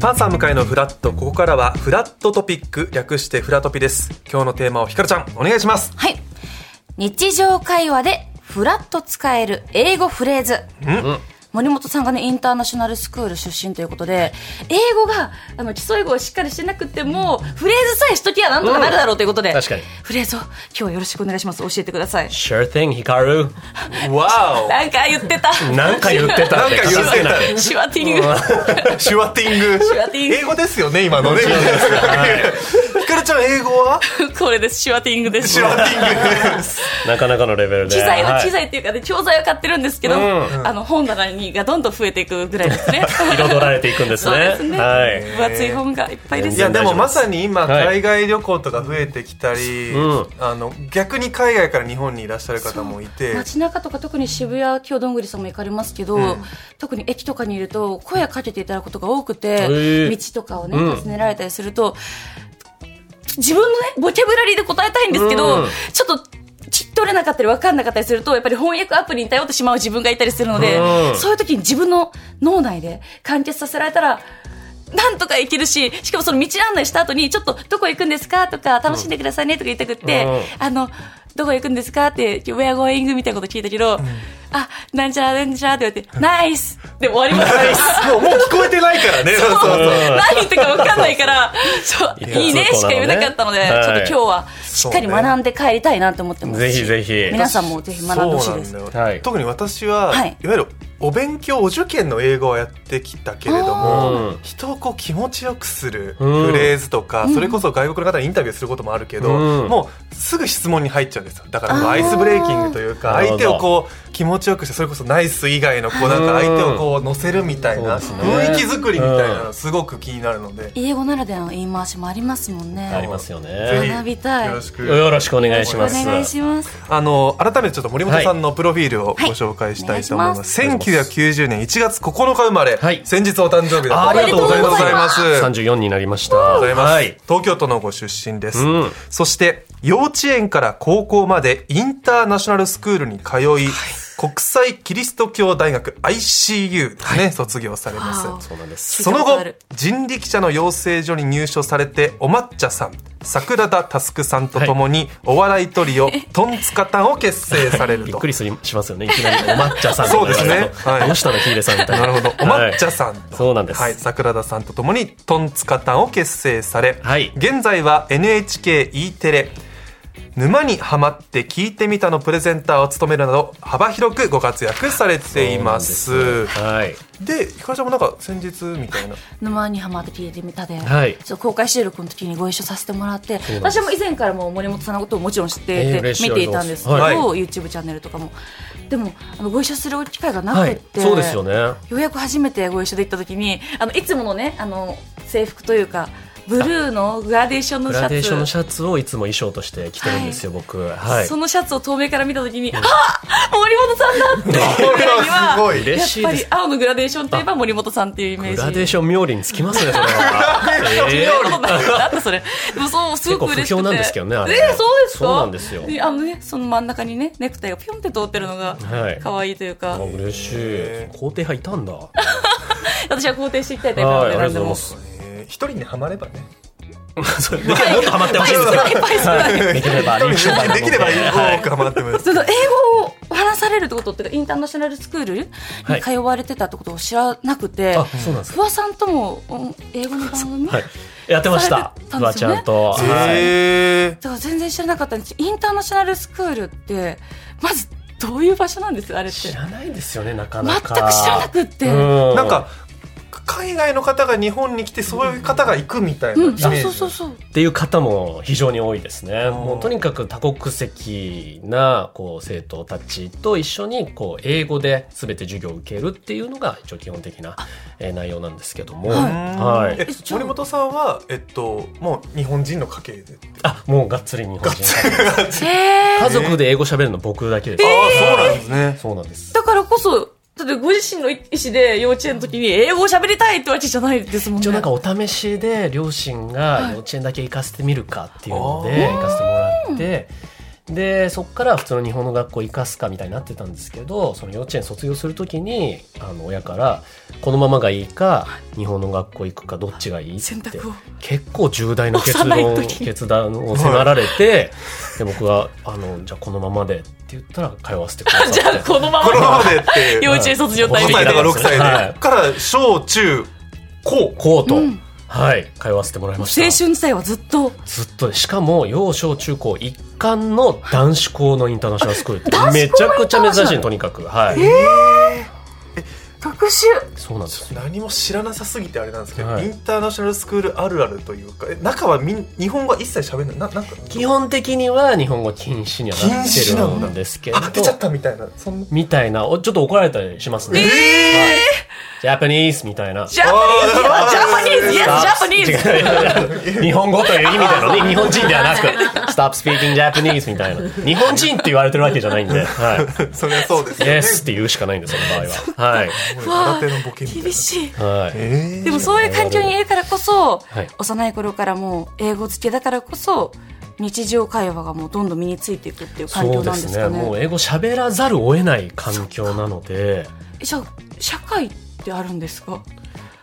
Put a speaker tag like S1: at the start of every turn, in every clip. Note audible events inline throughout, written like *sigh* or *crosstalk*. S1: パンサー向井のフラットここからはフラットトピック略してフラトピです今日のテーマをひかるちゃんお願いします
S2: はい。日常会話でフラッと使える英語フレーズ。森本さんがね、インターナショナルスクール出身ということで、英語が、あの、基礎英語をしっかりしてなくても、フレーズさえしときゃなんとかなるだろうということで、
S3: 確かに
S2: フレーズを今日はよろしくお願いします。教えてください。
S3: Sure thing, Hikaru.
S1: わ
S2: なんか言ってた。
S3: なんか言ってた
S1: な
S3: って
S1: んか言ってた
S3: 片付けない
S2: シュワティング。
S1: おシュワティング
S2: ュワティング
S1: 英語ですよね今のねひかるちゃん英語は
S2: これです。シュワティングです。
S1: シュワティングです
S3: なかなかのレベルで。
S2: 機材は、
S3: はい
S2: 機材っていうかね、教材を買ってるんですけど、あの、本棚にがどんどん増えていくぐらい
S3: *laughs*
S2: ですね。
S3: 彩られていくんです
S2: そう
S3: ね
S2: です。ね。
S3: はい。
S2: 分厚い本がいっぱいで
S1: い
S2: すよ
S1: や
S2: ね。
S1: でもまさに今
S3: はい
S1: 海外旅行とか増えてきたり、
S3: うん
S1: あの逆に海外から日本にいらっしゃる方もいて
S2: 街中とか特に渋谷今日どんぐりさんも行かれますけど、特に駅とかにいると声かけていただくことが多くて
S3: ー
S2: 道とかをね尋ねられたりすると、自分のねボキャブラリーで答えたいんですけど、
S3: うん
S2: ちょっと。聞き取れなかったり分かんなかったりするとやっぱり翻訳アプリに頼ってしまう自分がいたりするので、
S3: うん
S2: そういう時に自分の脳内で完結させられたらなんとか行けるししかもその道案内した後にちょっとどこ行くんですかとか楽しんでくださいねとか言いたくって、
S3: うん
S2: あの、どこ行くんですかって、ウェアゴーイングみたいなこと聞いたけど、あ、なんちゃらなんちゃらって言われて、ナイスで終わりました。
S1: もうもう聞こえてないからねそうそうそう
S2: 何言ってるか分かんないから、そう、
S3: いや
S2: いいねしか言えなかったので、
S3: そうなの
S2: ち
S3: ね
S2: ょっと今日はし
S1: そう
S2: っ
S1: ね
S2: かり学んで帰りたいなと思ってます
S3: ぜ
S2: し
S3: ひぜひ。
S2: 皆さんもぜひ学んでほしいです。
S1: そうなんだよ、
S3: はい
S1: 特に私は、
S2: はい
S1: い、わゆるお勉強お受験の英語をやってきたけれど
S3: あ
S1: も
S3: ー
S1: 人をこう気持ちよくする
S3: うん
S1: フレーズとか、それこそ外国の方にインタビューすることもあるけど、
S3: うん
S1: もうすぐ質問に入っちゃうんですよだからもう
S2: あー
S1: アイスブレイキングというか
S3: なるほ
S1: 相
S3: ど
S1: 手をこう気持ちよくしてそれこそナイス以外のこうなんか相手をこう乗せるみたいな、
S3: うんそうですね
S1: 雰囲気作りみたいなのすごく気になるので、
S2: 英語ならではの言い回しもありますもんね。
S3: ありますよ
S1: ぜ
S3: ね。
S1: ひ
S2: 学びたい
S1: よろしく
S3: よろしくお願いし
S2: お
S3: ます。
S2: 願いします。
S1: あの改めてちょっと森本さんのプロフィールをご紹介したいと思います。
S3: はいはいお願いします
S1: 1990年1月9日生まれ、
S3: はい
S1: 先日お誕生日だ
S3: ありがとうござい
S1: おめでと
S3: ます
S1: うございます。
S3: 三十四になりました。
S1: ありがとうございます
S3: はい。
S1: 東京都のご出身です、
S3: うん
S1: そして幼稚園から高校までインターナショナルスクールに通い、国際キリスト教大学 ICU ですね、卒業されます
S2: わお
S3: そうなんです。
S1: その後人力車の養成所に入所されてお抹茶さん桜田佑さんとともにお笑いトリオ、トンツカタンを結成される
S3: びっ
S1: と
S3: くりするしますよね。いきなりお抹茶さん。
S1: そうですねはい
S3: どうしたのヒーレさんみたい
S1: な
S3: な。
S1: るほど。お
S3: はい
S1: 抹茶さんと、
S3: そうなんです
S1: はい、桜田さんとともにトンツカタンを結成され、
S3: はい
S1: 現在は NHKE テレ沼にハマって聞いてみたのプレゼンターを務めるなど幅広くご活躍されています。
S3: はい。
S1: で、ひかるちゃんもなんか先日みたいな。
S2: 沼にハマって聞いてみたで、
S3: はい
S2: そう公開収録の時にご一緒させてもらって
S3: うなんで
S2: 私
S3: す
S2: はもう以前からもう森本さんのことをもちろん知っていて、
S3: えー嬉しい
S2: 見ていたんですけど、
S3: はい
S2: YouTube チャンネルとかもでもあのご一緒する機会がな
S3: は
S2: く
S3: い
S2: て、
S3: そうですよね。
S2: ようやく初めてご一緒で行った時にあのいつものねあの制服というかブルーのグラデーションの
S3: グ
S2: シャ
S3: ラ
S2: ツ
S3: デーションのシャツをいつも衣装として着てるんですよ、僕。はい
S2: そ。のシャツを遠目から見た時に、ああ森本さんだっていうぐらいには
S1: これはすごい
S2: やっ
S3: 嬉しい
S2: ぱ
S3: で
S2: り
S3: す。
S2: 青のグラデーションといえば森本さんっていうイメージ
S3: グラデーション冥利につきますね、それ
S2: *laughs*
S3: は。え
S2: そういう
S3: ー
S2: ことなんだなんだそれ。でもそう、すごく嬉しくて。
S3: 結構不評なんですけどねあれ
S2: えーそうですか
S3: そうなんですよ
S2: あのね、その真ん中にね、ネクタイがピョンって通ってるのが
S3: はい、
S2: 可愛いというか、
S3: あ嬉しい
S1: え。
S3: 皇帝派いたんだ。
S2: 私は肯定していきたいタイプなの
S3: はい
S2: で、
S3: あ
S2: 何
S3: りが
S2: で
S3: とうご
S2: も。
S3: ざいま
S1: え
S3: す
S1: ー一人にハマればね。
S3: それできればもっとハマってほしいですけど。
S2: いっぱい少ない。
S3: できれば
S1: 一人にできればいい
S3: はい
S1: 方がハマってます。
S2: その英語を話されるってことっていうか、インターナショナルスクールに
S3: はい
S2: 通われてたってことを知らなくて、
S3: あ、そうなんです
S2: 不
S3: か。
S2: 破さんともうん英語の番組、
S3: はい。やってました。
S2: されてたん
S3: フワ
S2: です
S3: ち
S2: よね
S3: ゃんと。はい。
S1: え
S2: だから全然知らなかったんですインターナショナルスクールって、まずどういう場所なんですあれって。
S3: 知
S2: 全
S3: らないですよね、なかな
S2: く
S3: か。
S2: 知らなくって。
S1: ー、
S3: う
S1: なんか海外の方が日本に来てそういう方が行くみたいなイメー
S2: うん、
S1: ジ。
S2: そうそうそうそう。
S3: っていう方も非常に多いですね。
S1: ん
S3: もうとにかく多国籍なこう生徒たちと一緒にこう英語で全て授業を受けるっていうのが一応基本的なえー内容なんですけども。
S1: は
S3: はいい。
S1: え森本さんは、えっと、もう日本人の家系で。
S3: *laughs* あ、もうがっつり日本人。
S2: へー
S3: 家族で英語喋るの僕だけです。
S1: そうなんですね。
S3: そうなんです。
S2: だからこそ、だってご自身の意思で幼稚園の時に英語を喋りたいってわけじゃないですもんね。
S3: 一応なんかお試しで両親が幼稚園だけ行かせてみるかっていうので行かせてもらってでそこから普通の日本の学校生かすかみたいになってたんですけどその幼稚園卒業するときにあの親からこのままがいいか日本の学校行くかどっちがいいって
S2: 選択を
S3: 結構重大な決
S2: 幼い
S3: 断
S2: 時に
S3: 決断を迫られて、で僕があの「じゃあこのままで」って言ったら通わせてくださって
S2: *laughs* じゃあこのま
S1: この
S2: ま
S1: ままでってい
S2: *laughs*
S1: う
S2: 幼稚園卒業タイ
S1: 5
S2: ミン
S1: 歳
S2: グ
S1: だから6歳で、
S3: はい
S1: から小中
S3: こうこうと、
S2: うん
S3: はい通わせてもらいま
S2: 青
S3: した
S2: 春時代はずっと
S3: ずっとねしかも幼少中高一貫の男子校のインターナショナルスクールって
S2: 男子校
S3: めちゃくちゃ珍しいとにかくはい、
S2: 特殊
S3: そうなんですよ
S1: 何も知らなさすぎてあれなんですけど、
S3: はい
S1: インターナショナルスクールあるあるというかえ中はみん日本語は一切喋んないななんか
S3: 基本的には日本語禁止にはな
S1: 禁止な
S3: って
S1: ん
S3: る
S1: だ
S3: んですけれど
S1: あ出ちゃったみたいなそんな
S3: みたいなおちょっと怒られたりしますね、
S1: え
S3: ジャパニーズみたいな
S2: ジャパニーズ
S1: あー
S2: ジャパニーズイエスジ
S3: あ
S2: ャパニーズ
S3: 違う違う日本語という意味でのね、日本人ではなく、Stop speaking Japanese みたいな。日本人って言われてるわけじゃないんで、は
S1: *laughs* ー、そりゃそうです
S3: い。
S1: よね
S3: Yes って言うしかないんです、その場合は。はい。
S1: すごい空手のボケみたいな
S2: 厳しい
S3: はい。
S1: えー
S2: でもそういう環境にいるからこそ、
S3: はい
S2: 幼い頃からもう英語付けだからこそ日常会話がもうどんどん身についていくっていう環
S3: そ
S2: 境
S3: うで
S2: なんですす
S3: ね。
S2: かね
S3: もう英語喋らざるを得ない環境なので、
S2: えじゃあ社会ってあるんですか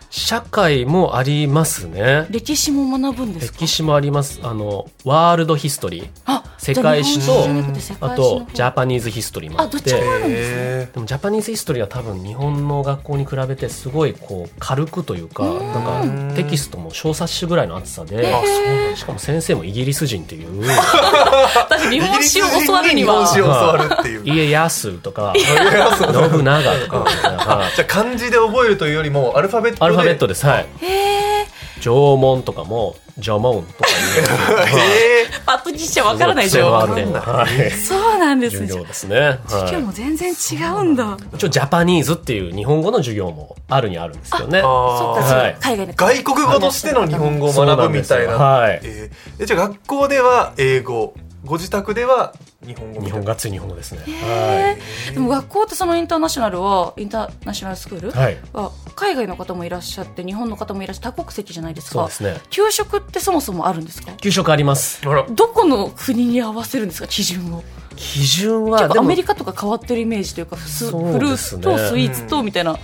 S3: 社会もありますね。
S2: 歴史も学ぶんですか
S3: 歴史もあります。あの、ワールドヒストリー。
S2: あ
S3: 世界史
S2: じゃあ
S3: と
S2: 日本史じゃな
S3: あ
S2: くて世界史の方
S3: と、ジャパニーズヒストリーもあっ
S2: あどっちも
S3: て。
S2: あるんですね
S1: え
S3: でもジャパニーズヒストリーは多分日本の学校に比べてすごいこう軽くというかなんかテキストも小冊子ぐらいの厚さで
S1: あそうなん
S3: しかも先生もイギリス人っ
S2: *laughs*
S3: ていう
S2: 私日
S1: ー
S2: 本史を教わるには
S1: イギリス人に日本史を教わるっていう
S3: 家康とか
S1: いやそう
S3: 信長とかはい
S1: じゃあ漢字で覚えるというよりもアルファベットで
S3: アルファベットですはい
S2: へえ
S3: 縄文とかも縄文とか
S1: えー
S2: パッと聞いちゃわからない
S3: じゃ
S2: 情報
S3: ん
S1: んない
S3: はい
S2: そうなんですね
S3: 授
S2: じゃ
S3: 業ですね
S2: あ授業
S3: は
S2: も全然違うんだ、
S3: い一応ジャパニーズっていう日本語の授業もあるにはあるんですけどね
S2: そっ
S1: あー
S2: かそっか、
S3: はい
S2: 海外の
S1: 外国語としての日本語を学ぶみたいな
S3: そうなんですよ
S1: えーえじゃあ学校では英語ご自宅では日本語みた
S3: 日
S1: い
S3: 本
S1: な
S3: がつい日本語ですね
S2: へーでも学校ってそのインターナショナルはインターナショナルスクール、
S3: はいはい
S2: は海外の方もいらっしゃって日本の方もいらっしゃって多国籍じゃないです
S3: そう
S2: か
S3: ですね
S2: 給食ってそもそもあるんですか
S3: 給食あります
S1: あら
S2: どこの国に合わせるんですか基準を
S3: 基準は
S2: 結
S3: で
S2: 構ア
S3: も
S2: メリカとか変わってるイメージというかフス
S3: そうですね
S2: フルーツとスイーツとみたい
S3: *laughs*
S2: な、な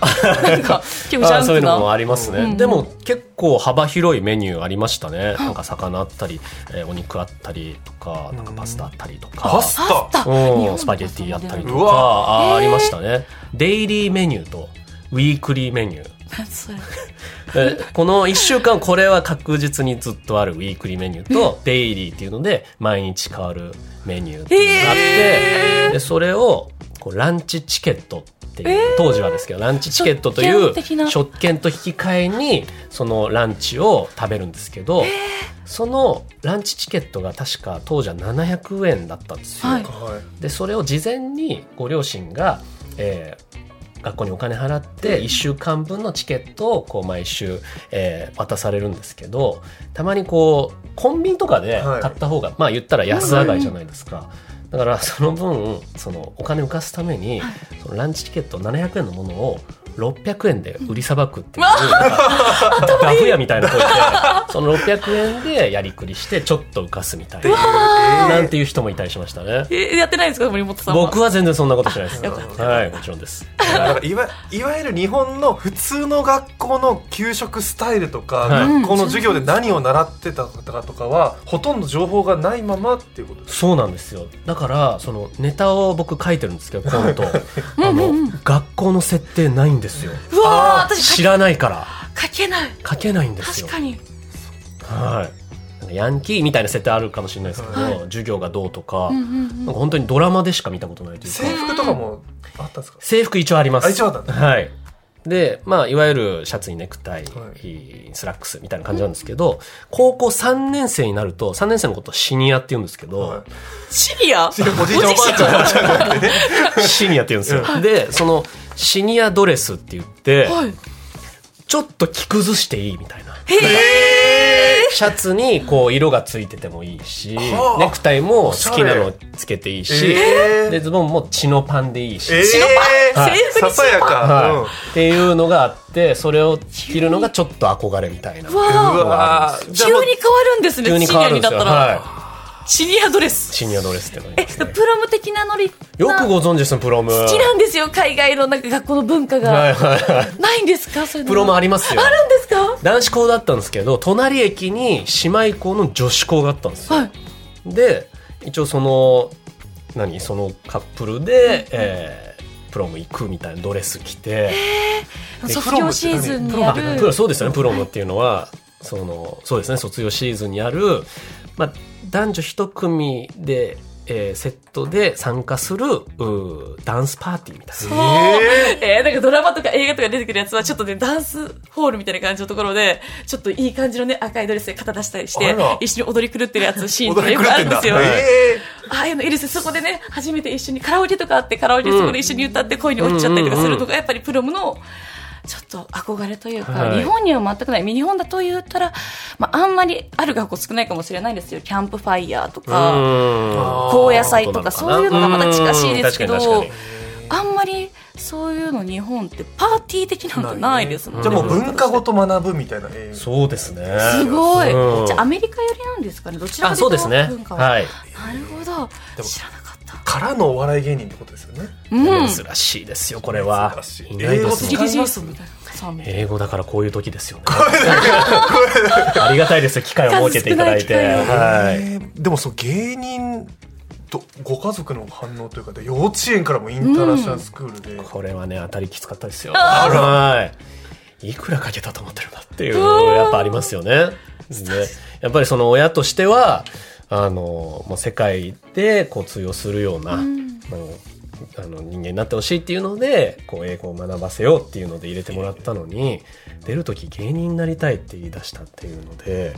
S2: んか結構ジャ
S3: あー
S2: ン
S3: そうい
S2: ク
S3: うのも
S2: な
S3: ありますね、
S2: うん
S3: でも結構幅広いメニューありましたね、なんか魚あったり、えーお肉あったりとかなんかパスタあったりとか、
S1: パス
S2: パスタ日
S3: う
S2: 本
S3: ん、スパゲッティやったりと
S1: う
S3: か
S1: わ
S3: あーありましたねデイリーメニューとウィークリーメニュー
S2: *laughs* それ
S3: えーこの1週間これは確実にずっとあるウィークリーメニューとデイリーっていうので毎日変わるメニューっていうのがあって、でそれをこうランチチケットっていう、当時はですけどランチチケットとい
S2: 食券的な
S3: う食券と引き換えにそのランチを食べるんですけど、そのランチチケットが確か当時は700円だったんですよ。
S2: はい
S1: はい
S3: でそれを事前にご両親が、えー学校にお金払って1週間分のチケットをこう毎週、えー渡されるんですけどたまにこうコンビニとかで
S1: はい
S3: 買った方が、まあ言ったら安上がりじゃないですか。だからその分そのお金浮かすために、そのランチチケット700円のものを600円で売りさばく *laughs* っていう、なんかダフ屋みたいな声でその600円でやりくりしてちょっと浮かすみたい
S1: *laughs*
S3: ななんていう人もいたりしましたね。
S2: えやってないんですか森本さんは
S3: 僕は全然そんなことしないです。
S2: よかっ
S3: はい、もちろんです。
S1: なんかいわいわゆる日本の普通の学校の給食スタイルとか、
S3: はい
S1: 学校の授業で何を習ってたかとかはほとんど情報がないままっていうことです
S3: そうなんですよ。だから、そのネタを僕書いてるんですけど、コント。あの、学校の設定ないんですよ。
S2: うわー
S1: あ
S2: 私
S3: 知らないから、
S2: 書けない
S3: 書けないんです
S2: 確
S3: よ。
S2: かに
S3: はい。なんかヤンキーみたいな設定あるかもしれないですけど、
S1: は
S3: 授業がどうとか、
S2: うんうんう
S3: なん
S2: ん
S3: か本当にドラマでしか見たことないというか
S1: 制。服とかもあったんですか
S3: 制服一応あります。
S1: あ一応あったんだ
S3: はい。で、まあ、いわゆるシャツにネクタイ、
S1: は
S3: スラックスみたいな感じなんですけど、高校3年生になると、3年生のことをシニアって言うんですけど、
S1: は
S2: シリア
S1: いおじいちゃんおばあちゃんおばあちゃんじゃなくてね
S3: シニアって言うんですよ。で、その、シニアドレスって言って、
S2: はい
S3: ちょっと着崩していいみたいな。
S1: え
S3: シャツに、こう、色がついててもいいし、
S1: はあ
S3: ネクタイも好きなのつけていいし、
S1: えー
S3: で、ズボンも血のパンでいいし、
S1: えー
S3: はい
S2: 制服
S1: さ
S2: に
S1: さやか、うん
S3: はい。っていうのがあって、それを着るのがちょっと憧れみたいな。
S2: わー
S1: うわー
S2: 急
S1: じゃあもう
S2: に変わるんですね
S3: 急に
S2: シ
S3: 変
S2: リ
S3: わ
S2: ア
S3: るん
S2: にな
S3: で
S2: っ
S3: すよ。
S2: たら、
S3: は
S2: シニアドレス。
S3: シニアドレスってのがあり
S2: え、
S3: ますね
S2: プロム的なノリ。
S3: よくご存知ですねプロム
S2: 好きなんですよ、海外のなんか学校の文化
S3: はい
S2: が。
S3: はいはい
S2: ないんですかそういうの。
S3: プロムあ
S2: あ
S3: りますよ
S2: るんですか
S3: 男子校だったんですけど隣駅に姉妹校の女子校があったんですよ、
S2: はい。
S3: で一応その何そのカップルで、えープロム行くみたいなドレス着て、え
S2: 卒業シーズンにや
S3: あプロ
S2: る。
S3: そうですよねプロムっていうのはそのそうですね卒業シーズンにある、まあ、男女一組で、えーセットで参加するうーダンスパーティーみたいな。
S2: そうえー、なんかドラマとか映画とか出てくるやつはちょっとね、ダンスホールみたいな感じのところで、ちょっといい感じのね、赤いドレスで肩出したりして
S1: あら、
S2: 一緒に踊り狂ってるやつ、シーンと
S1: 踊
S2: か
S1: り狂
S2: よく
S1: っ
S2: あ
S1: て
S2: る
S1: ん
S2: んで
S1: だ。
S2: すよ。
S1: え
S2: ああいうのいいですね。そこでね、初めて一緒にカラオケとかあって、カラオケでそこで一緒に歌って恋に落ちちゃったりとかする
S3: うんうん
S2: とか、やっぱりプロムの、ちょっと憧れというか、
S3: はい
S2: 日本には全くない。日本だと言ったら、まあ、あんまりある学校少ないかもしれないんですよ。キャンプファイヤーとか、
S3: あ
S2: 高野菜とか、そういうのがまた近しいですけ
S3: うん確かに
S2: ど
S3: 確か、
S2: あんまりそういうの日本ってパーティー的な
S1: ー
S2: のってないですもん
S1: じゃあもう文化ごと学ぶみたいな。えー
S3: そうですね。
S2: すごい。
S3: うん
S2: じゃあアメリカ寄りなんですかね。どちら
S3: あ、
S2: か
S3: そ
S2: とい
S3: うで
S2: うと
S3: すね
S2: 文。化は。
S3: はい。
S2: なるほど。
S1: でも
S2: 知らなかった。
S1: からのお笑い芸人ってことですよね。
S2: うん。
S3: 珍しいですよ、これは。
S1: 珍しい
S3: いないです
S1: 英
S3: ね
S1: 語
S2: ジェイソンみたいな感じ。
S3: 英語だからこういう時ですよね。ありがたいですよ、機会を設けていただい
S2: 数
S3: て。
S2: 少ない機
S3: はい。
S1: えーでもそう芸人とご家族の反応というかで幼稚園からもインターナショナルスクールで、
S3: これはね、当たりきつかったですよ。
S2: あ
S1: ら
S3: はい。いくらかけたと思ってるんだっていう、やっぱありますよね。ねやっぱりその親としては、あの、もう世界でこう通用するような、
S2: うん
S3: あのあの人間になってほしいっていうのでこう英語を学ばせようっていうので入れてもらったのに出る時芸人になりたいって言い出したっていうので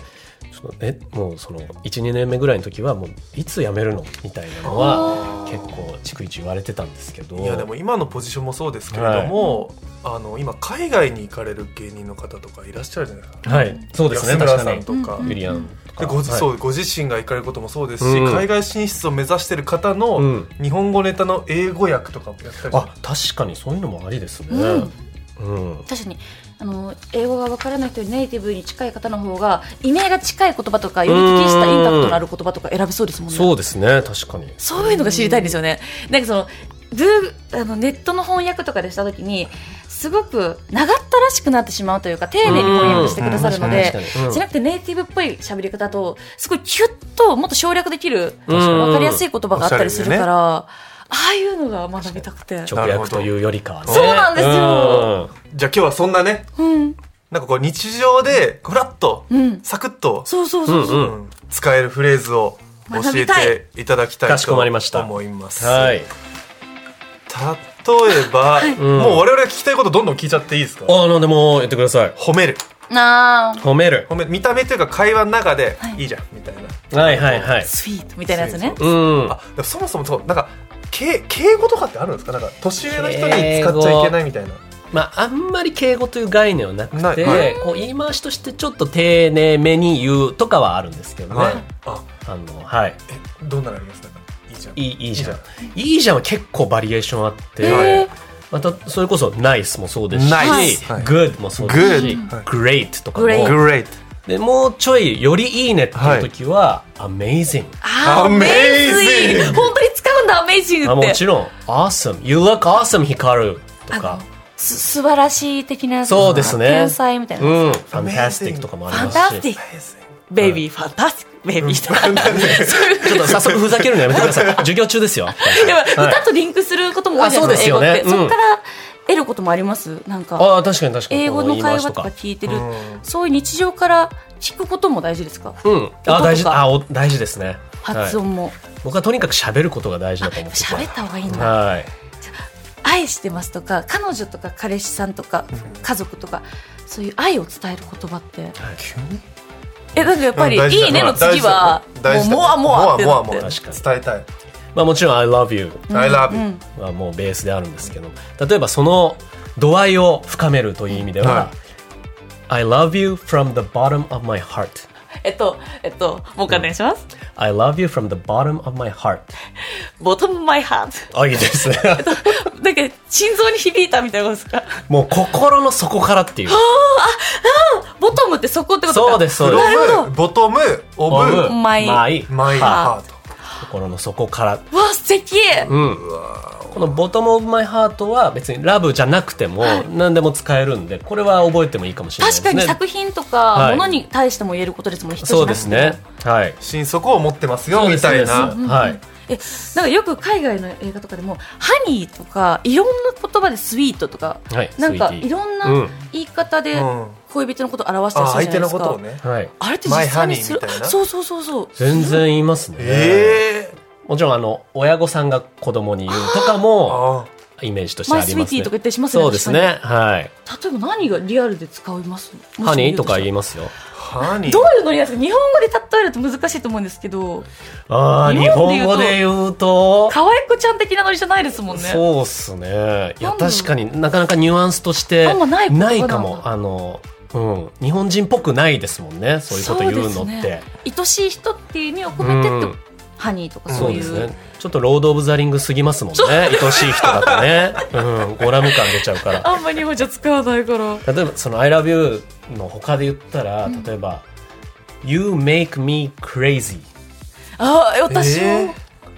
S3: ちょっとえもうその12年目ぐらいの時はもういつ辞めるのみたいなのは結構逐一言われてたんですけど
S1: いやでも今のポジションもそうですけれども、あの今海外に行かれる芸人の方とかいらっしゃるじゃないですか、
S3: はいそうですね
S1: 安村
S3: 確
S1: さ
S3: か
S1: ん
S3: に
S1: とか。
S2: うん
S3: ユリアンとか
S1: でごじそううご自身が行かれることもそうですし、
S3: うん
S1: 海外進出を目指してる方の、
S3: うん
S1: 日本語ネタの英語訳とかもやったり
S3: あ確かにそういうのもありですね
S2: うん
S3: うん
S2: 確かにあの英語がわからない人にネイティブに近い方の方が意味合いが近い言葉とかより適したインパクトのある言葉とか選べそうですもんね。
S3: そうですね確かに
S2: そういうのが知りたいんですよね。なんかその、ブーあのネットの翻訳とかでしたときに、すごく長ったらしくなってしまうというか、丁寧に翻訳してくださるので
S3: うんうん確かにうん、
S2: じゃなくてネイティブっぽい喋り方と、すごいキュッともっと省略できる、
S3: 確かに
S2: わかりやすい言葉があったりするか
S1: お
S2: ら、ああいうのが学びたくて。
S3: 直訳というよりかはね
S2: そうなんですよ
S1: じゃあ今日はそんなね
S2: うん。
S1: なんかこう日常でフラッと、
S2: うん
S1: サクッと
S2: そうそうそうそう。
S3: うん
S1: うん使えるフレーズを教えていただきたい
S3: かし
S1: と
S3: こまりました
S1: 思います。
S3: うんはい
S1: 例えば、
S3: ん
S1: もう我々が聞きたいことどんどん聞いちゃっていいですか
S3: あなんでも言ってください
S1: 褒める
S2: なあ、
S3: 褒める
S1: 褒め見た目というか会話の中で、
S2: はい
S1: い、いじゃんみたいな。
S3: はいはいはい
S2: スイートみたいなやつね。
S3: うん
S1: あでもそもそもそうなんか敬敬語とかってあるんですかなんか年上の人に使っちゃいけないみたいな。
S3: まああんまり敬語という概念はなく
S1: ない
S3: て
S1: はい
S3: こう言い回しとしてちょっと丁寧めに言うとかはあるんですけどね、
S1: はい。あ
S3: あのはい
S1: えどんなのありますか。いいじゃん。
S3: いいいいじゃん
S1: いい
S3: いいじゃんは結構バリエーションあって、
S2: へー
S3: またそれこそナイスもそうですし、
S1: ナイスはい
S3: good もそうですし、
S1: Good はい
S3: great とかも
S2: Great
S1: グレイト。
S3: でもうちょいよりいいねっていう時は、amazing
S2: あー
S1: Amazing
S2: 本当に使うんだ、アメイジング
S3: あ
S2: って
S3: も。ちろん awesome you look awesome ヒカルとか
S2: す素晴らしい的なやつ
S3: そうですね
S2: 天才みたいな、フ
S3: うん fantastic とかもあり
S2: ァン
S3: ま
S2: タ
S3: す
S2: ス
S3: し
S2: ティックベイビーファンタスティックベイビーとか *laughs* そういう
S3: ちょっと早速ふざけるのやめてくだ *laughs* さい。授業中ですよ。
S2: でも歌とリンクすることも多いじゃないですか、
S3: あそう
S2: 英
S3: です
S2: 語って、
S3: よねうん
S2: そこから得ることもありますなんか
S3: ああ、確かに確かに。
S2: 英語の会話とか
S3: こ
S2: 聞いてるそういう日常から聞くことも大事ですか、
S3: の言い回しとか。うん。あ大事、あお大事ですね。
S2: 発
S3: はい。
S2: 音も
S3: 僕はとにかく喋ることが大事だと思ってて
S2: 喋った方がいいんだ、
S3: はい。
S2: 愛してますとか彼女とか彼氏さんとか家族とかそういう愛を伝える言葉って
S1: 急に
S2: えなんかやっぱり「いいね」の次は「も
S1: 大
S2: う
S1: 事だ
S2: もあもあ」って
S1: も
S2: な
S1: あ
S2: っ
S1: もあ
S2: て
S1: もあ
S3: 確かに
S1: 伝えたい。
S3: まあもちろん I love you
S1: I love
S2: う
S1: you
S2: ん
S3: はもうベースであるんですけど、例えばその度合いを深めるという意味では
S1: は、
S3: I love you from the bottom of my heart。
S2: えっとえっともう一回お願いします
S3: I love you from the bottom of my heart。
S2: ボトムマイハー
S3: あ、いいですね。
S2: ト。 *laughs* なんか、心臓に響いたみたいなことですか
S3: もう心の底からっていう。
S2: ボボトムってそこってことか
S3: そうですそう
S1: フ
S3: です
S2: なる
S1: ロ
S2: ほ
S1: ムボトムオブ
S3: オブ
S2: マイ
S3: マイ
S1: マイハート
S3: 心の底から
S2: どわ素敵
S3: うん、この「ボトム・オブ・マイ・ハート」は別にラブじゃなくても何でも使えるんでこれは覚えてもいいかもしれないで
S2: 確
S3: すね
S2: かに作品と
S3: は
S2: か
S3: い
S2: ものに対しても言えることですもんね、人じゃ
S3: そう
S2: な
S3: で
S2: くて
S3: す
S2: も
S3: ねはい
S1: 心底を持ってますよみたい
S3: そうで
S1: な
S3: すはい
S2: えなんかよく海外の映画とかでも「ハニー」とかいろんな言葉で「スイート」とか、
S3: はい
S2: なんか
S3: スイーティー
S2: いろん
S3: う
S2: なん言い方で
S1: うん
S2: 恋人のことを表したり
S1: あ
S2: する
S1: 相
S2: じ
S1: 手
S2: ゃな
S1: の
S2: いです
S1: こ
S2: か、
S1: とをね
S3: はい
S2: あれって実際にする
S1: マイハニーみたいな
S2: あそうそうそうそう
S3: 全然言いますね、
S1: ええ
S3: もちろんあの親御さんが子供に言うとかも
S1: あ
S3: イメージとして
S2: マイ
S3: あり
S2: スウィ
S3: ま
S2: ー
S3: す
S2: ティー
S3: ね
S2: とか言ったりしますよね
S3: そうですねはい
S2: 例えば何がリアルで使います
S3: 「ハニー」とか言い
S2: い
S3: ますよ
S1: ハニー
S2: どういうのにですか日本語で例えると難しいと思うんですけど
S3: ああ
S2: 日
S3: 日
S2: 本
S3: 本
S2: 語
S3: 語
S2: で
S3: で言うと
S2: 可愛い子ちゃん的なノリじゃないですもんね
S3: そうっすねいや
S2: なんだろう
S3: 確かになかなかニュアンスとして
S2: あんまないことかな
S3: かもあの、うん、日本人っぽくないですもんねそういうこと言うの
S2: そうで
S3: っ
S2: す
S3: て
S2: 愛しい人っていう意味を込めてって、
S3: うん
S2: ハニーとか
S3: そ
S2: そうう
S3: で
S2: いう
S3: すねちょっとロード・オブ・ザ・リングすぎますもんね愛しい人だとね、うん、ゴラム感出ちゃ
S2: *laughs*
S3: うから
S2: あんまり日本じゃ使わないから
S3: 例えばその「ILOVEYOU」の他で言ったら例えば「You make me crazy
S2: あ私を、
S1: えー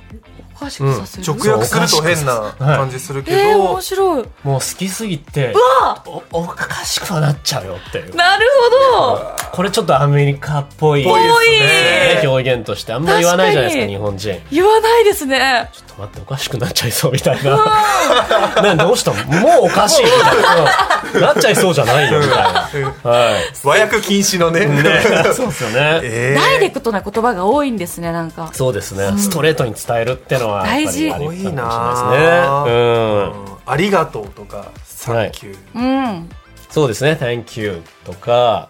S2: おかしくさせる、
S1: 直訳すると変な感じするけ
S2: えー、
S1: ど
S2: 面白い」
S3: もう好きすぎて
S2: わ
S3: おおかしくはなっちゃうよっていう
S2: なるほど
S3: これちょっとアメリカっぽい
S1: ぽいです
S3: ね
S1: ね
S3: 表現としてあんまり言わないじゃないで
S2: 確
S3: す
S2: か
S3: か
S2: に
S3: 日本人
S2: 言わないですね
S3: ちょっと待っておかしくなっちゃいそうみたいな *laughs* なんどうしたのもうおかしいみたいなうんなっちゃいそうじゃないよみたいな
S1: うん
S3: はい
S1: 和訳禁止のね
S3: ねそうですよね
S1: *laughs* え
S2: ダイレクトな言葉が多いんですねなんか
S3: そうですねストレートに伝えるってのはやっぱりあ
S1: ー
S3: り
S1: 多
S3: かもし
S1: い
S3: れ
S1: な
S3: ないですねうん
S1: ーうんありがとうとかサンキュー
S2: うん
S3: そうですね Thank you とか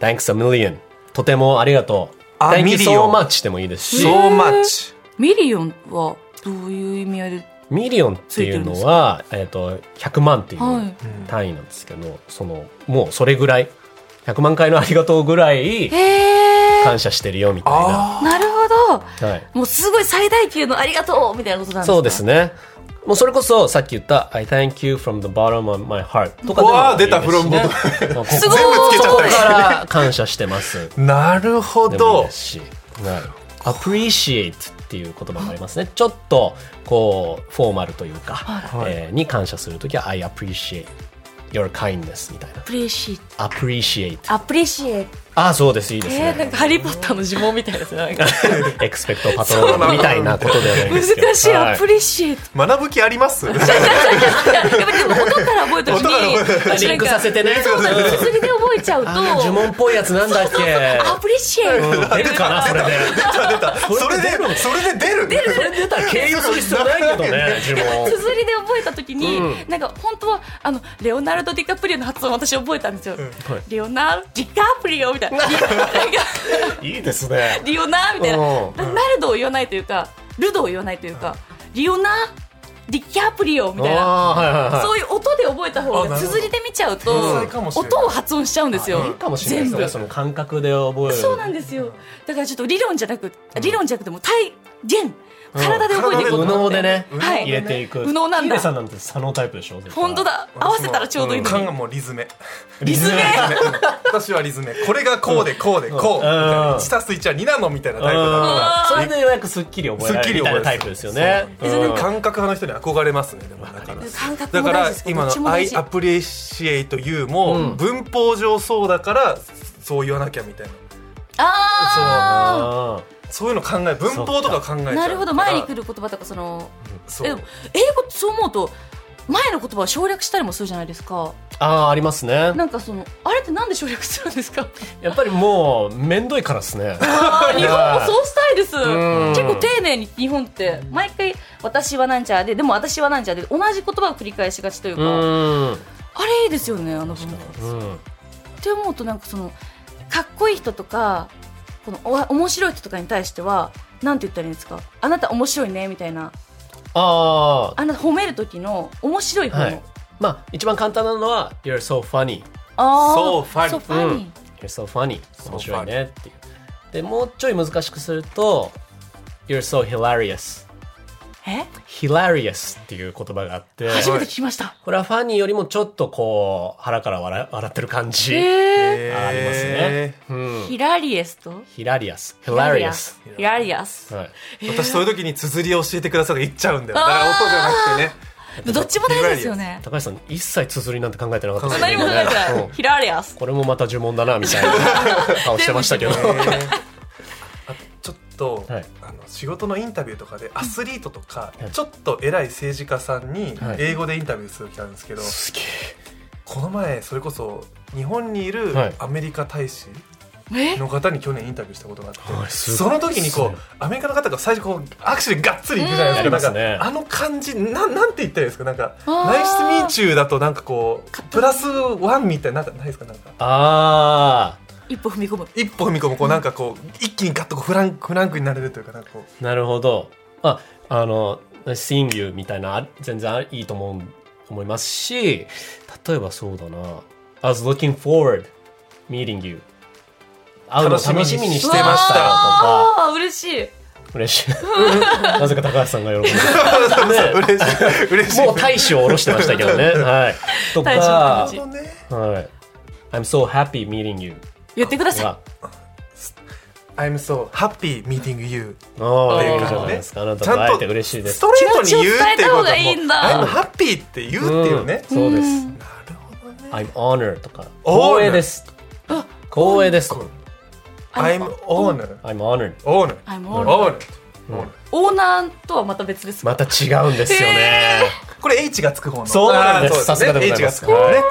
S3: Thanks a million とてもありがとう
S1: あ
S3: Thank you so
S1: million
S3: much でもいいですし
S1: so much
S2: ミリオンはどういう意味合いで
S3: ミリオンっていうのは、えっと100万ってい
S2: は
S3: う
S2: い
S3: 単位なんですけど、そのもうそれぐらい100万回のありがとうぐらい
S2: へえ
S3: 感謝してるよみたいな、
S1: あ
S2: なるほど
S3: はい、
S2: もうすごい最大級のありがとうみたいなことなんですか
S3: そうですねもうそれこそさっき言った「I thank you from the bottom of my heart」とかでも
S1: うわー
S3: いいですし
S1: 出た from
S3: ね
S1: bottom
S3: まあこ
S2: す
S3: こ
S2: ごい
S1: 全部つけちゃ
S3: こ
S1: った
S3: こ
S1: り
S3: から感謝してます
S1: あなるほ
S3: でもいい
S1: ど
S3: ですし、はい、appreciate っていう言葉がありますねちょっとこうフォーマルというか、
S1: い
S3: えーに感謝するときは I appreciate your kindness みたいな
S2: アプレシエイト
S3: appreciate
S2: アプレシエイト
S3: あそうですいいです
S2: えー、なん
S3: ね
S2: かハリー・ポッターの呪文みたいですねなんか
S3: *laughs* エクスペクトパトロールみたいなことではないですけど
S2: 難しい
S3: は
S2: アプレシエイト
S1: 学ぶ気あり
S3: *laughs*
S1: ます
S2: やっぱりでも音から覚えた時に
S1: 音から覚
S2: なんか
S3: リンクさせてね
S2: *laughs* そうなんです綴りで覚えちゃうと
S3: あの呪文っぽいやつなんだっけ
S2: アプリシエイト
S3: 出るかなそれで
S1: 出たそれでそれで出る
S3: それ出たら経由する必要ないけどね呪文
S2: *laughs* 綴りで覚えた時に、
S3: う
S2: なんか本当はあのレオナルド・ディカプリオの発音私覚えたんですよ、
S3: はい
S2: レオナルド・ディカプリオみたいななんか
S3: いいですね
S2: リオナみたいな
S3: うん
S2: ナルドを言わないというかルドを言わないというかリオナディカプリオみたいな
S3: あーはいはいはい
S2: そういう音で覚えた方
S1: あなる
S2: が
S1: ほど
S2: 綴りで見ちゃう
S1: 天
S2: と
S1: 才かもしれない
S2: 音を発音しちゃうんですよ
S3: いいかもしれないですね
S2: 全
S3: その感覚で覚える
S2: 部そうなんですよだからちょっと理論じゃなく理論じゃなくてもう体現体で覚えていこう
S3: 右
S2: と思
S3: 脳
S2: って、
S3: でね、
S2: はい
S3: 入れていく
S2: 右脳なんだ
S3: ヒデさんなんて左脳タイプでしょ絶対
S2: 本当だ合わせたらちょうどいいの
S1: 感
S2: に、
S1: がもうリズメ
S2: リズム
S1: 私はリズメこれがこうでこうでこうみたいな
S3: うん
S1: 1たす1は2なのみたいな
S3: うん
S1: タイプだから
S3: それでようやくすっきり覚えら
S1: すっき
S3: れる
S1: り
S3: みた
S1: 覚える
S3: いなタイプですよね
S1: そう
S3: うん
S1: 感覚派の人に憧れますねでもだから
S2: 感覚
S1: だ
S2: も
S1: か
S2: 大事
S1: ら
S2: ですけど
S1: 今
S2: どっちも
S1: の「
S2: 大
S1: I
S2: 事
S1: appreciate you」も
S3: うん
S1: 文法上そうだからそう言わなきゃみたいな
S2: あ
S3: あ
S1: そういうの考え文法とか考えちゃ
S2: あ
S1: う
S2: なるほど前に来
S1: る
S2: る言葉とかその
S1: そ
S2: え
S1: う
S2: 英語ってそう思うと前の言葉を省略したりもするじゃないですか
S3: あーありますね
S2: なんかそのあれってなんで省略するんですか
S3: やっぱりもう面倒いからですね
S2: あー日本もそうしたいです
S3: ん
S2: 結構丁寧に日本って毎回「私はなんちゃらで」でも「私はなんちゃらで」同じ言葉を繰り返しがちという
S3: う
S2: か
S3: ん、
S2: あれいいですよねあの文化
S3: うん、
S2: って思うとなんかそのかっこいい人とかこのお面白い人とかに対してはなんて言ったらいいんですかあなた面白いねみたいな
S3: ああ
S2: あなた褒める時の面白い方の、
S3: はいまあ一番簡単なのは「You're so funny」
S2: ああ
S1: So funny
S2: そうファニー
S3: You're so funny.
S1: So
S3: 面白いねっていう。で、もうちょい難しくすると、You're so hilarious.
S2: え
S3: ヒラリアスっていう言葉があって、
S2: 初めて聞きました。
S3: これはファニーよりもちょっとこう、腹から笑笑ってる感じ。
S2: え
S1: え
S3: ありますね。うん
S2: ー、ヒラリエスと
S3: ヒラリアス。ヒラリアス。。
S2: ヒラリアス。
S3: はい。
S1: 私そういう時に綴りを教えてくださいとか言っちゃうんだよだから音じゃなくてね
S2: どっちも大事ですよね。
S3: 高橋さん、一切綴りなんて考えてなかったで
S1: ヒラ
S3: す
S2: 何
S1: リアス
S2: も考えてな
S3: う
S2: い
S3: ん。
S2: ヒラリアス。
S3: これもまた呪文だな、みたいな顔してましたけど。
S1: あとちょっと、
S3: はい
S1: あの仕事のインタビューとかでアスリートとか、
S3: はい
S1: ちょっと偉い政治家さんに
S3: はい
S1: 英語でインタビューする時あるんですけど、
S3: *laughs* すげ
S1: この前それこそ日本にいる
S3: はい
S1: アメリカ大使
S2: え
S1: の方に去年インタビューしたことがあって、
S3: はいすごい
S1: その時にこ
S3: すご
S1: う
S3: い
S1: アメリカの方が最初こう握手でがっつりいくじゃないです
S3: うん
S1: かなんか
S3: やりますね
S1: あの感じなんなんて言ったらいいですかなんか
S2: あー
S1: ナイスミーチューだとなんかこうプラスワンみたいななんかないですかなんか
S3: あ
S2: 一歩踏み込む。
S1: 一歩踏み込むこうなんかこう一気にガッとこうフランクフランクになれるというかなんかこう
S3: ー、なるほど。まあ、あの、Seeing You みたいな、あ全然あいいと思う、思いますし、例えばそうだな。I was looking forward meeting you. 会うの楽しみにしてましたよとか、
S2: ああ、嬉しい。
S3: 嬉し *laughs* い。なぜか高橋さんが喜んでる。
S1: 嬉しい嬉しい
S3: もう大使を下ろしてましたけどね。 *laughs* はい。と
S2: 大使の
S3: か
S2: 気、
S1: なるほどね
S3: はい。I'm so happy meeting *laughs* you.
S2: 言ってくださ
S3: は、
S1: I'm so happy meeting you
S3: ああ、
S2: って
S3: い
S2: いうう感じ
S3: じ
S2: ね
S3: ゃないですか。あな
S1: ちゃ
S3: た
S1: んと
S3: と会えて嬉しいで
S1: ス
S3: す。
S1: トレートに言うっていうことはもう
S2: 気持ちを伝えた方がいいんだ
S1: I'm happy って言うっていうね、
S3: うんそうです。
S1: なるほどね
S3: I'm honored とか、
S1: Honor
S3: 光栄です。光栄です。
S1: I'm owner
S3: I'm honored。
S1: owner
S2: い。I'm all-
S1: owner
S2: オーナーとはまた別ですか
S3: また違うんですよね。
S1: これ H がつく方の
S3: そうなんです
S1: あー
S3: さすがでございます
S1: H がつく方ね、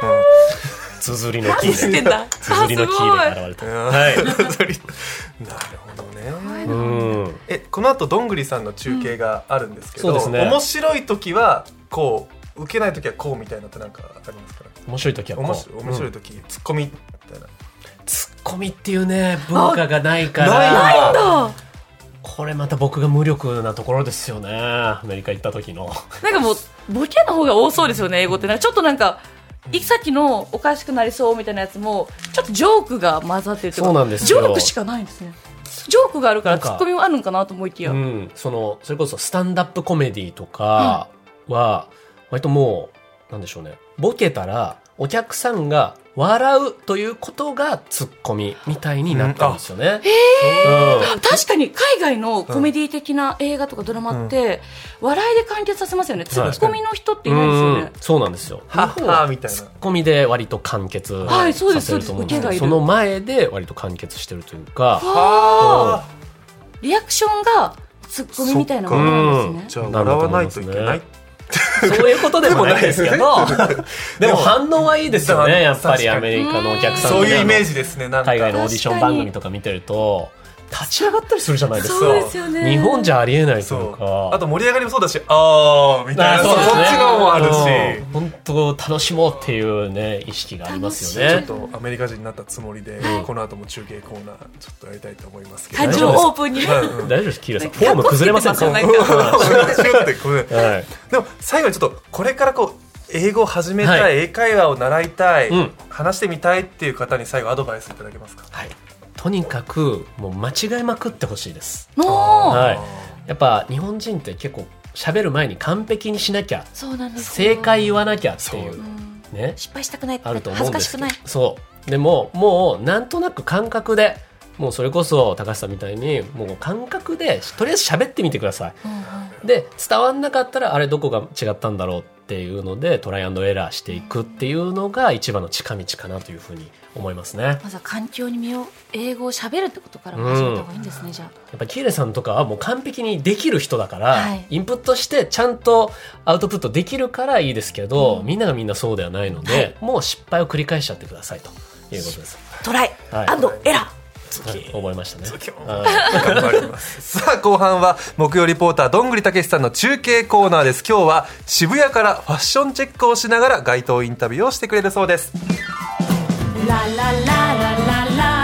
S3: 綴りのキ
S2: 何し
S3: ー
S2: て
S3: で。
S2: んだあ、すご
S3: 綴
S2: い
S3: りのキーで現れ
S1: うん
S3: た。はい。
S1: *laughs* なるほどね
S3: うん。
S1: えこの後どんぐりさんの中継があるんですけど、
S3: うんそうですね
S1: 面白い時はこう受けない時はこうみたいなのってなんかありますか
S3: 面白い時はこう。
S1: 面白い面白
S3: う
S1: い
S3: ん。
S1: 時、ツッコミみたいな
S3: ツッコミっていうね、文化がないから。
S1: ないんだ
S2: あ
S3: これまた僕が無力なところですよね。アメリカ行った時の。
S2: なんかもう、ボケの方が多そうですよね、英語って。なんかちょっとなんか、いさっきのおかしくなりそうみたいなやつも、ちょっとジョークが混ざってるっていうか
S3: そうなんですよ
S2: ジョークしかないんですね。ジョークがあるから
S3: なんか
S2: ツッコミもあるんかなと思いきや。
S3: うん、そのそれこそスタンダップコメディとかは、割ともうなんでしょうねボケたらお客さんが笑うということがツッコミみたいになったんですよね。うん
S2: 確かに海外のコメディ的な映画とかドラマって、笑いで完結させますよね。ツッコミの人っていないですよね。
S3: うんそうなんですよ。
S1: はっ
S3: 日本は
S1: はみたいな
S3: ツッコミで割と完結
S2: はいそう
S3: さ
S2: です
S3: せると思うんです
S2: そ
S3: け
S2: う
S3: ど、
S2: です
S3: その前で割と完結してるというか、
S1: あ
S2: リアクションがツッコミみたいなものなんですね。
S1: じゃあ笑わないといけ
S3: な
S1: な
S3: る
S1: い
S3: ほそういうことでもない
S1: *laughs*
S3: ですけど、でも反応はいいですよね、やっぱりアメリカのお客さん
S1: そういうイメー
S3: ジ
S1: ジですねなんか
S3: 海外のオーディション番組とか見てると立ち上がったりするじゃないですか
S2: そうですよね。
S3: 日本じゃありえないと
S1: そ
S3: いう
S1: う
S3: か
S1: あ
S3: *laughs*
S1: と盛り上がりもそうだしあーみたいなそ
S3: そううです
S1: そ
S3: ね
S1: っちのもあるし
S3: うん本当楽しもうっていうね意識がありますよ
S1: ちょ
S3: ね
S1: っとアメリカ人になったつもりで、この後も中継コーナーちょっとやりたいと思いますけど
S2: 感情オープンにね。
S1: はいうん
S3: 大丈夫ですキーラさんフォーム崩れませんか
S2: なんか
S1: シュッてこれ
S3: *laughs* はい
S1: でも最後にちょっとこれからこう英語を始めたい、
S3: はい
S1: 英会話を習いたい、
S3: うん
S1: 話してみたいっていう方に最後アドバイスいただけますか
S3: はいとにかくもう間違いまくってほしいです
S2: もう、
S3: はいやっぱ日本人って結構喋る前に完璧にしなきゃ
S2: そうなんですよ
S3: 正解言わなきゃっていう
S1: そう
S2: うん
S3: ね
S2: 失敗したくない。
S3: あると思
S2: 恥ず
S3: うん
S2: か
S3: で
S2: し
S3: す
S2: く
S3: け
S2: な
S3: ど
S2: い。
S3: そうでももうなんとなく感覚でもうそれこそ高橋さんみたいにもう感覚でとりあえず喋ってみてくださ
S2: うんうん
S3: いで伝わんなかったらあれどこが違ったんだろうっていうのでトライアンドエラーしていくっていうのが一番の近道かなというふうに思いますねや
S2: まずは環境に身を、英語を喋るってことから始めた方がいいんですね、じゃあ。
S3: っぱキーレさんとかはもう完璧にできる人だから、
S2: はい
S3: インプットしてちゃんとアウトプットできるからいいですけど、
S2: うん
S3: みんながみんなそうではないので、
S2: はい
S3: もう失敗を繰り返しちゃってくださいということです、
S2: トライ、
S3: はい
S2: アンドエラ
S3: はい、覚えましたね
S1: キュン
S3: はい
S1: 頑張ります *laughs* さあ後半は木曜リポーターどんぐりたけしさんの中継コーナーです今日は渋谷からファッションチェックをしながら街頭インタビューをしてくれるそうです
S2: ー。ララララララ